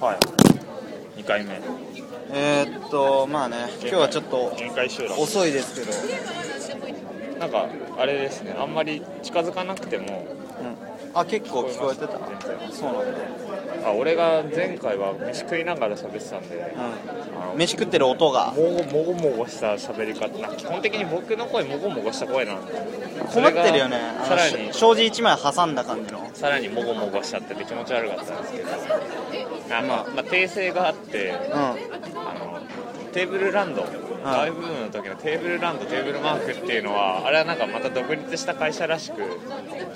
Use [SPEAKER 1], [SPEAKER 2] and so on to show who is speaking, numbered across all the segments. [SPEAKER 1] はい2回目
[SPEAKER 2] えー、っとまあね今日はちょっと
[SPEAKER 1] 限界集落
[SPEAKER 2] 遅いですけど、
[SPEAKER 1] なんかあれですねあんまり近づかなくても
[SPEAKER 2] うん、あ結構聞こえてたそうなんだ、
[SPEAKER 1] あ俺が前回は飯食いながら喋ってたんであ
[SPEAKER 2] う
[SPEAKER 1] の
[SPEAKER 2] ん、飯食ってる音が
[SPEAKER 1] もごもごもごした喋り方なんか基本的に僕の声もごもごした声なんで
[SPEAKER 2] 困ってるよねあ
[SPEAKER 1] そ
[SPEAKER 2] の
[SPEAKER 1] れが
[SPEAKER 2] し
[SPEAKER 1] さらに
[SPEAKER 2] 障子一枚挟んだ感じの
[SPEAKER 1] さらにもごもごしちゃってて気持ち悪かったんですけどあ、まあ、まあ訂正があって
[SPEAKER 2] う
[SPEAKER 1] あのテーブルランド大部分の時のテーブルランドテーブルマークっていうのはあれはなんかまた独立した会社らしく
[SPEAKER 2] ん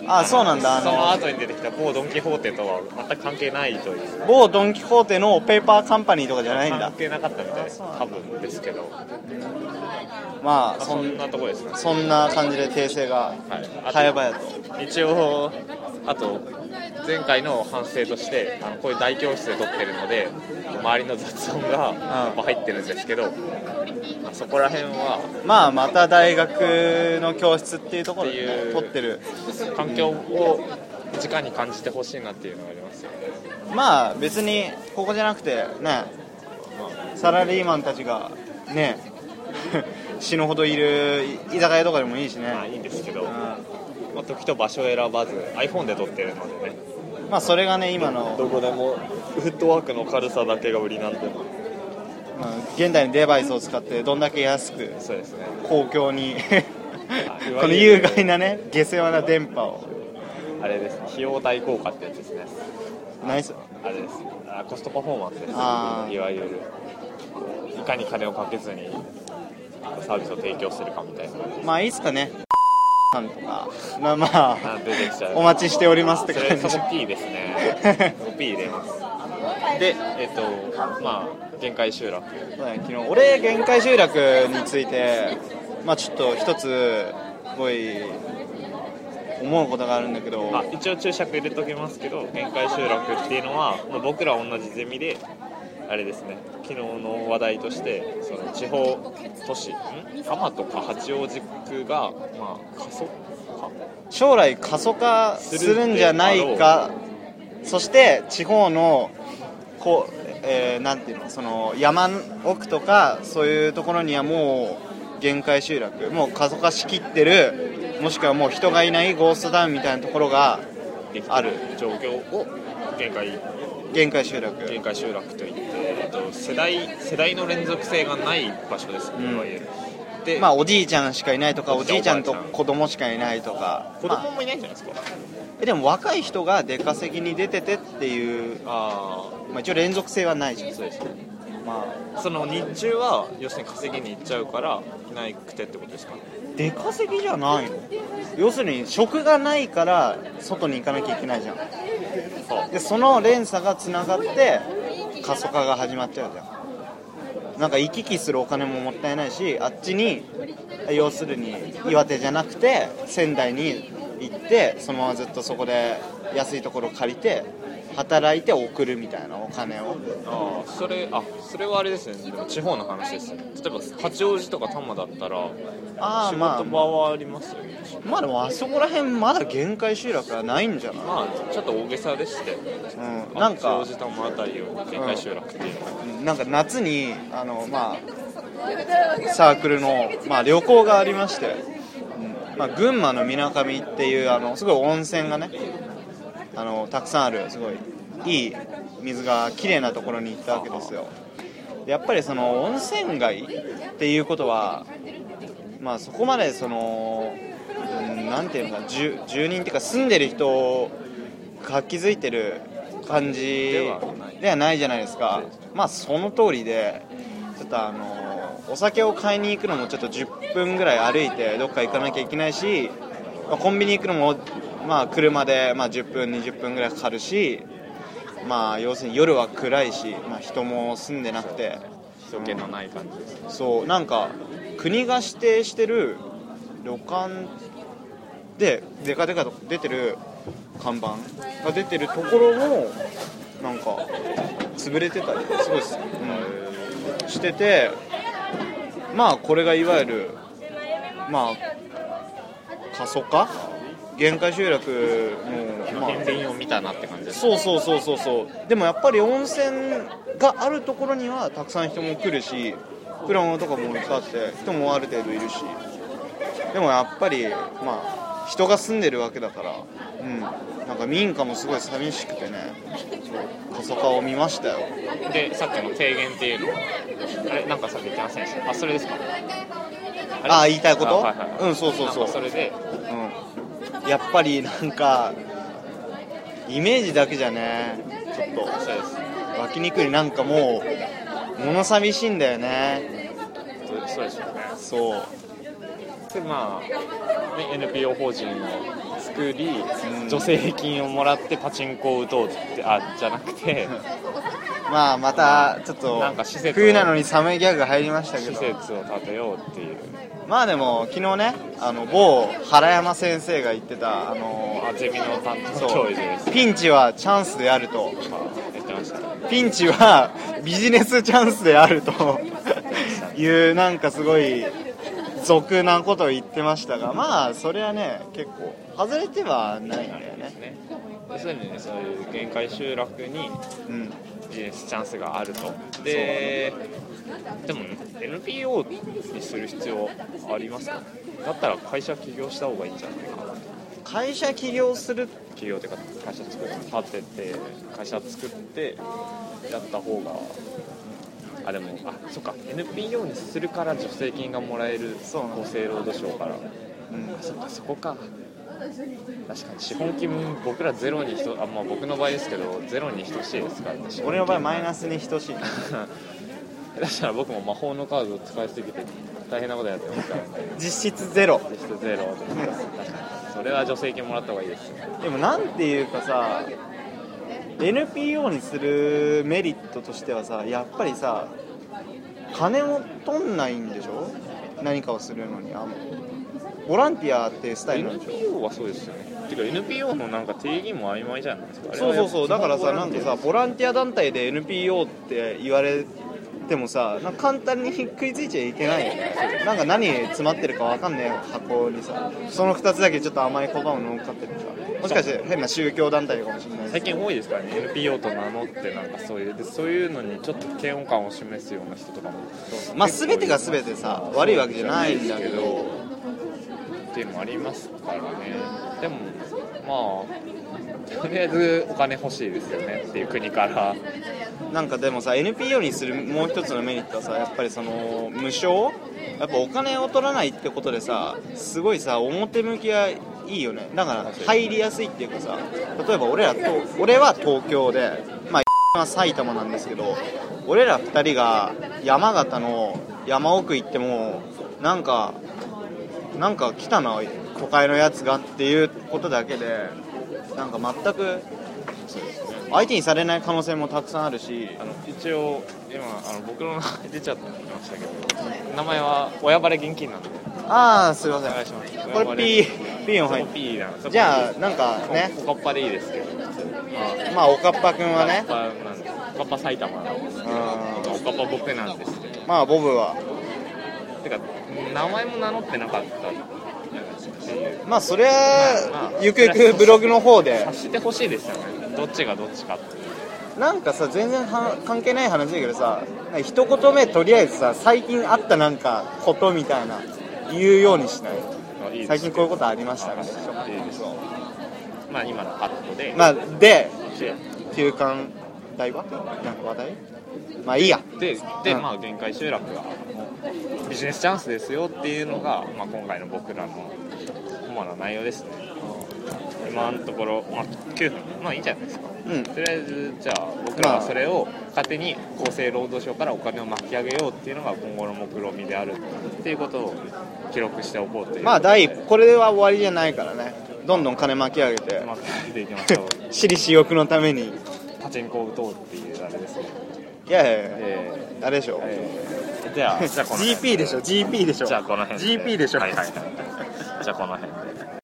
[SPEAKER 2] あそうなんだあ
[SPEAKER 1] その
[SPEAKER 2] の
[SPEAKER 1] 後に出てきた某ドン・キホーテとは全く関係ないという
[SPEAKER 2] 某ドン・キホーテのペーパーカンパニーとかじゃないんだ
[SPEAKER 1] 関係なかったみたいです多分ですけど
[SPEAKER 2] まあ
[SPEAKER 1] あ
[SPEAKER 2] そ
[SPEAKER 1] そ
[SPEAKER 2] ん
[SPEAKER 1] んなとこですね
[SPEAKER 2] そんな感じで訂正
[SPEAKER 1] は
[SPEAKER 2] が
[SPEAKER 1] いあと
[SPEAKER 2] 早々と
[SPEAKER 1] 一応あと前回の反省としてあのこういう大教室で撮ってるので周りの雑音がやっぱ入ってるんですけど、まあそこら辺は
[SPEAKER 2] まあまた大学の教室っていうところでね
[SPEAKER 1] っていう
[SPEAKER 2] 撮ってる
[SPEAKER 1] 環境を直に感じてほしいなっていうのがありますよね
[SPEAKER 2] まあ別にここじゃなくてねサラリーマンたちがね 死ぬほどいる居酒屋とかでもいいしね、
[SPEAKER 1] まあいいんですけど、
[SPEAKER 2] うん
[SPEAKER 1] まあ、時と場所を選ばず iPhone で撮ってるのでね
[SPEAKER 2] まあそれがね今の、
[SPEAKER 1] どこでもフットワークの軽さだけが売りなんで
[SPEAKER 2] まあ現代のデバイスを使ってどんだけ安く
[SPEAKER 1] そうですね
[SPEAKER 2] 公共に
[SPEAKER 1] いわゆる
[SPEAKER 2] この有害なね下世話な電波を
[SPEAKER 1] あれですね費用対効果ってやつですね
[SPEAKER 2] ナイス
[SPEAKER 1] あれですあコストパフォーマンスです
[SPEAKER 2] あー
[SPEAKER 1] いわゆるこういかに金をかけずにサービスを提供するかみたいな
[SPEAKER 2] まあいつかねさんとかまあまあ
[SPEAKER 1] あ出てきちゃう
[SPEAKER 2] お待ちしておりますって
[SPEAKER 1] それ
[SPEAKER 2] 感じ
[SPEAKER 1] そこ P です ねそこ P 入れますでえっ、とまあ限界集落
[SPEAKER 2] そうだね昨日俺限界集落についてまあちょっと一つすごい思うことがあるんだけど
[SPEAKER 1] あ一応注釈入れときますけど限界集落っていうのは、まあ、僕ら同じゼミであれですね昨日の話題としてその地方都市ん浜とか八王子区がまあ過疎化
[SPEAKER 2] 将来過疎化するんじゃないかそして地方のこう、えーなんていうのその山奥とかそういうところにはもう限界集落もう過疎化しきってるもしくはもう人がいないゴーストダウンみたいなところが
[SPEAKER 1] できて
[SPEAKER 2] ある
[SPEAKER 1] 状況を限界
[SPEAKER 2] 限界集落
[SPEAKER 1] 限界集落といって、えっと、世代世代の連続性がない場所ですね、
[SPEAKER 2] うん
[SPEAKER 1] いわゆるで、ま
[SPEAKER 2] まあ
[SPEAKER 1] あ、
[SPEAKER 2] おじいちゃんしかいないとかお
[SPEAKER 1] お
[SPEAKER 2] じ
[SPEAKER 1] じ
[SPEAKER 2] い
[SPEAKER 1] い
[SPEAKER 2] ち
[SPEAKER 1] ちゃ
[SPEAKER 2] ゃん
[SPEAKER 1] ん
[SPEAKER 2] と子供しかいないとか
[SPEAKER 1] 子
[SPEAKER 2] まあ
[SPEAKER 1] 供もいないんじゃないですか、
[SPEAKER 2] えでも若い人が出稼ぎに出ててっていう、
[SPEAKER 1] あ
[SPEAKER 2] まあ、一応連続性はないじゃ
[SPEAKER 1] あ
[SPEAKER 2] ん、
[SPEAKER 1] そうですね
[SPEAKER 2] ま
[SPEAKER 1] その日中は要するに稼ぎに行っちゃうからいないくてってことですかね
[SPEAKER 2] あ、出稼ぎじゃないの要するに職がないから外に行かなきゃいけないじゃんでその連鎖がつながって過疎化が始まっちゃうじゃんなんか行き来するお金ももったいないしあっちに要するに岩手じゃなくて仙台に行ってそのままずっとそこで安いところ借りて働いて送るみたいなお金を
[SPEAKER 1] ああそれあそれはあれですねでも地方の話ですね例えば八王子とか多摩だったら
[SPEAKER 2] ああ
[SPEAKER 1] 仕事
[SPEAKER 2] まあ
[SPEAKER 1] 場はありますよね
[SPEAKER 2] まあでもあそこら辺まだ限界集落はないんじゃない、
[SPEAKER 1] まあちょっと大げさでして
[SPEAKER 2] うん、なん
[SPEAKER 1] 八王
[SPEAKER 2] か
[SPEAKER 1] 子多摩あたりを限界集落っていうのが
[SPEAKER 2] なんか夏にあの、まあ、サークルの、まあ、旅行がありまして、うんまあ、群馬のみなかみっていうあのすごい温泉がねあのたくさんあるすごいいい水がきれいなところに行ったわけですよでやっぱりその温泉街っていうことは、まあ、そこまでその、うん、なんていうのか住住人っていうか住んでる人を活気づいてる感じ
[SPEAKER 1] ではない
[SPEAKER 2] ではないじゃないですかまあその通りでちょっとあのお酒を買いに行くのもちょっと10分ぐらい歩いてどっか行かなきゃいけないし、まあコンビニ行くのもまあ車でまあ10分20分ぐらいかかるしまあ要するに夜は暗いし、まあ、人も住んでなくて
[SPEAKER 1] 人気のない感じです
[SPEAKER 2] そうなんか国が指定してる旅館でデカデカと出てる看板が出てるところもなんか潰れてたりすごいす、うん、しててまあこれがいわゆるまあ過疎化限界集落も、まあ、
[SPEAKER 1] 天秤を見たなって感じです
[SPEAKER 2] そうそうそうそうそうでもやっぱり温泉があるところにはたくさん人も来るしプラモとかもいっぱいあって人もある程度いるしでもやっぱりまあ人が住んでるわけだからうんなんか民家もすごい寂しくてね過疎化を見ましたよ
[SPEAKER 1] でさっきの提言っていうのはあれなんかさっき言ってませんでしたあそれですかあれ
[SPEAKER 2] あ言いたいこと
[SPEAKER 1] あはいはいはい
[SPEAKER 2] うんそうそうそ
[SPEAKER 1] な
[SPEAKER 2] う
[SPEAKER 1] んかそれで
[SPEAKER 2] うんやっぱりなんかイメージだけじゃねちょっと
[SPEAKER 1] そうです
[SPEAKER 2] 湧きにくいなんかもう物寂しいんだよね
[SPEAKER 1] そうそうですよね
[SPEAKER 2] そう
[SPEAKER 1] でまあ、ね、NPO 法人を作り、
[SPEAKER 2] ん
[SPEAKER 1] 助成金をもらってパチンコを打とうってあじゃなくて
[SPEAKER 2] まあまたちょっと
[SPEAKER 1] なんか施設を
[SPEAKER 2] 冬なのに寒いギャグが入りましたけ
[SPEAKER 1] 施
[SPEAKER 2] ど
[SPEAKER 1] 設を建てようっていう
[SPEAKER 2] まあでも昨日ねあの某原山先生が言ってたあの
[SPEAKER 1] あゼミの担
[SPEAKER 2] そ
[SPEAKER 1] 当
[SPEAKER 2] う
[SPEAKER 1] 教授です
[SPEAKER 2] ピンチはチャンスであると
[SPEAKER 1] まあ言ってましたね
[SPEAKER 2] ピンチはビジネスチャンスである というなんかすごい俗なことを言ってましたがまあそれはね結構外れてはないんだよね
[SPEAKER 1] ね要するにねそういう限界集落に
[SPEAKER 2] うん
[SPEAKER 1] ビジネスチャンスがあるとででも、ね、NPO にする必要ありますかだったら会社起業した方がいいんじゃないかな
[SPEAKER 2] 会社起業する
[SPEAKER 1] 企業というか会社作って立てて会社作ってやった方があでもあそっか NPO にするから助成金がもらえる厚
[SPEAKER 2] そうなんです
[SPEAKER 1] 生労働省から
[SPEAKER 2] うん
[SPEAKER 1] あそっかそこか確かに資本金僕らゼロに人あまあ僕の場合ですけどゼロに等しいですからね
[SPEAKER 2] 俺の場合マイ
[SPEAKER 1] ス
[SPEAKER 2] ナスに等しい
[SPEAKER 1] だしたら僕も魔法のカードを使いすぎて大変なことやってますからね
[SPEAKER 2] 実質ゼロ
[SPEAKER 1] 実質ゼロですから確かにそれは助成金もらった方がいいですよ
[SPEAKER 2] でもなんていうかさ NPO にするメリットとしてはさやっぱりさ金を取んないんでしょ何かをするのにあのボランティアってスタイルなんでしょ
[SPEAKER 1] NPO はそうですよねてか NPO のなんか定義も曖昧じゃないですかあれ
[SPEAKER 2] そ
[SPEAKER 1] は
[SPEAKER 2] うそうそうだから
[SPEAKER 1] 基
[SPEAKER 2] さ
[SPEAKER 1] 本
[SPEAKER 2] なん
[SPEAKER 1] ボランテ
[SPEAKER 2] か
[SPEAKER 1] ィア
[SPEAKER 2] さボランティア団体で NPO って言われてもさなんか簡単に食いついちゃいけないよねなんか何詰まってるかわかんねえ箱にさその2つだけちょっと甘い言葉を乗っかってるさもしかして変な宗教団体かもしれない
[SPEAKER 1] 最近多いですからね NPO と名乗ってなんかそういうでそういうのにちょっと嫌悪感を示すような人とかも
[SPEAKER 2] まあ全てが全てさ悪いわけじゃないんだけど
[SPEAKER 1] っていうのもありますからねでもまあとりあえずお金欲しいですよねっていう国から
[SPEAKER 2] なんかでもさ NPO にするもう一つのメリットはさやっぱりその無償やっぱお金を取らないってことでさすごいさ表向きはいいよねだから入りやすいっていうかさ例えば俺らと俺は東京でまあ は埼玉なんですけど俺ら2人が山形の山奥行ってもなんかなんか来たな都会のやつがっていうことだけでなんか全く相手にされない可能性もたくさんあるし
[SPEAKER 1] あの一応今あの僕の名前出ちゃってましたけど名前は親バレ現金なんで
[SPEAKER 2] ああすいませ
[SPEAKER 1] お願い
[SPEAKER 2] ん
[SPEAKER 1] します
[SPEAKER 2] これピーピー
[SPEAKER 1] そ
[SPEAKER 2] 音入
[SPEAKER 1] こ
[SPEAKER 2] っ
[SPEAKER 1] P なんです
[SPEAKER 2] じゃあなんかね
[SPEAKER 1] おかっぱでいいですけど、ま
[SPEAKER 2] まあおかっぱくん
[SPEAKER 1] あ、
[SPEAKER 2] はね
[SPEAKER 1] おかっぱなんですおかっぱ埼玉なんですけど、
[SPEAKER 2] う
[SPEAKER 1] おかっぱ僕なんですけど、
[SPEAKER 2] んまあボブは
[SPEAKER 1] てか、名前も名乗ってなかったっていう、
[SPEAKER 2] まあそりゃ
[SPEAKER 1] まあまあ
[SPEAKER 2] ゆくゆくブログの方で
[SPEAKER 1] 察してほしいですよね、どっちがどっちかっていう、
[SPEAKER 2] なんかさ全然は関係ない話だけどさなんか一言目とりあえずさ最近あったなんかことみたいな言うようにしない
[SPEAKER 1] あいいです
[SPEAKER 2] 最近こういうことありましたみたい
[SPEAKER 1] あいいです
[SPEAKER 2] そ
[SPEAKER 1] まあ、今のカットで、
[SPEAKER 2] うまあで
[SPEAKER 1] で
[SPEAKER 2] 休館台はなんか話題まあいいや
[SPEAKER 1] でで、
[SPEAKER 2] うん
[SPEAKER 1] まあ、限界集落がビジネスチャンスですよっていうのが、まあ、今回の僕らの主な内容ですね、今のところ、まあ、9分、まあいいんじゃないですか。
[SPEAKER 2] うん
[SPEAKER 1] とりあえずじゃあ僕らはそれを糧に厚生労働省からお金を巻き上げようっていうのが今後の目論見みであるっていうことを記録しておこうという
[SPEAKER 2] まあ第一
[SPEAKER 1] こと
[SPEAKER 2] これは終わりじゃないからねどんどん金巻き上げ て
[SPEAKER 1] で巻き上げていきましょう
[SPEAKER 2] 私利私欲のために
[SPEAKER 1] パチンコを打とうっていうあれですね
[SPEAKER 2] いやいやいや、
[SPEAKER 1] え
[SPEAKER 2] あれでしょ、
[SPEAKER 1] ーえーじゃあじゃあこの辺
[SPEAKER 2] GP でしょ GP でしょ
[SPEAKER 1] じゃあこの辺
[SPEAKER 2] GP でしょ
[SPEAKER 1] はいはいはいじゃあこの辺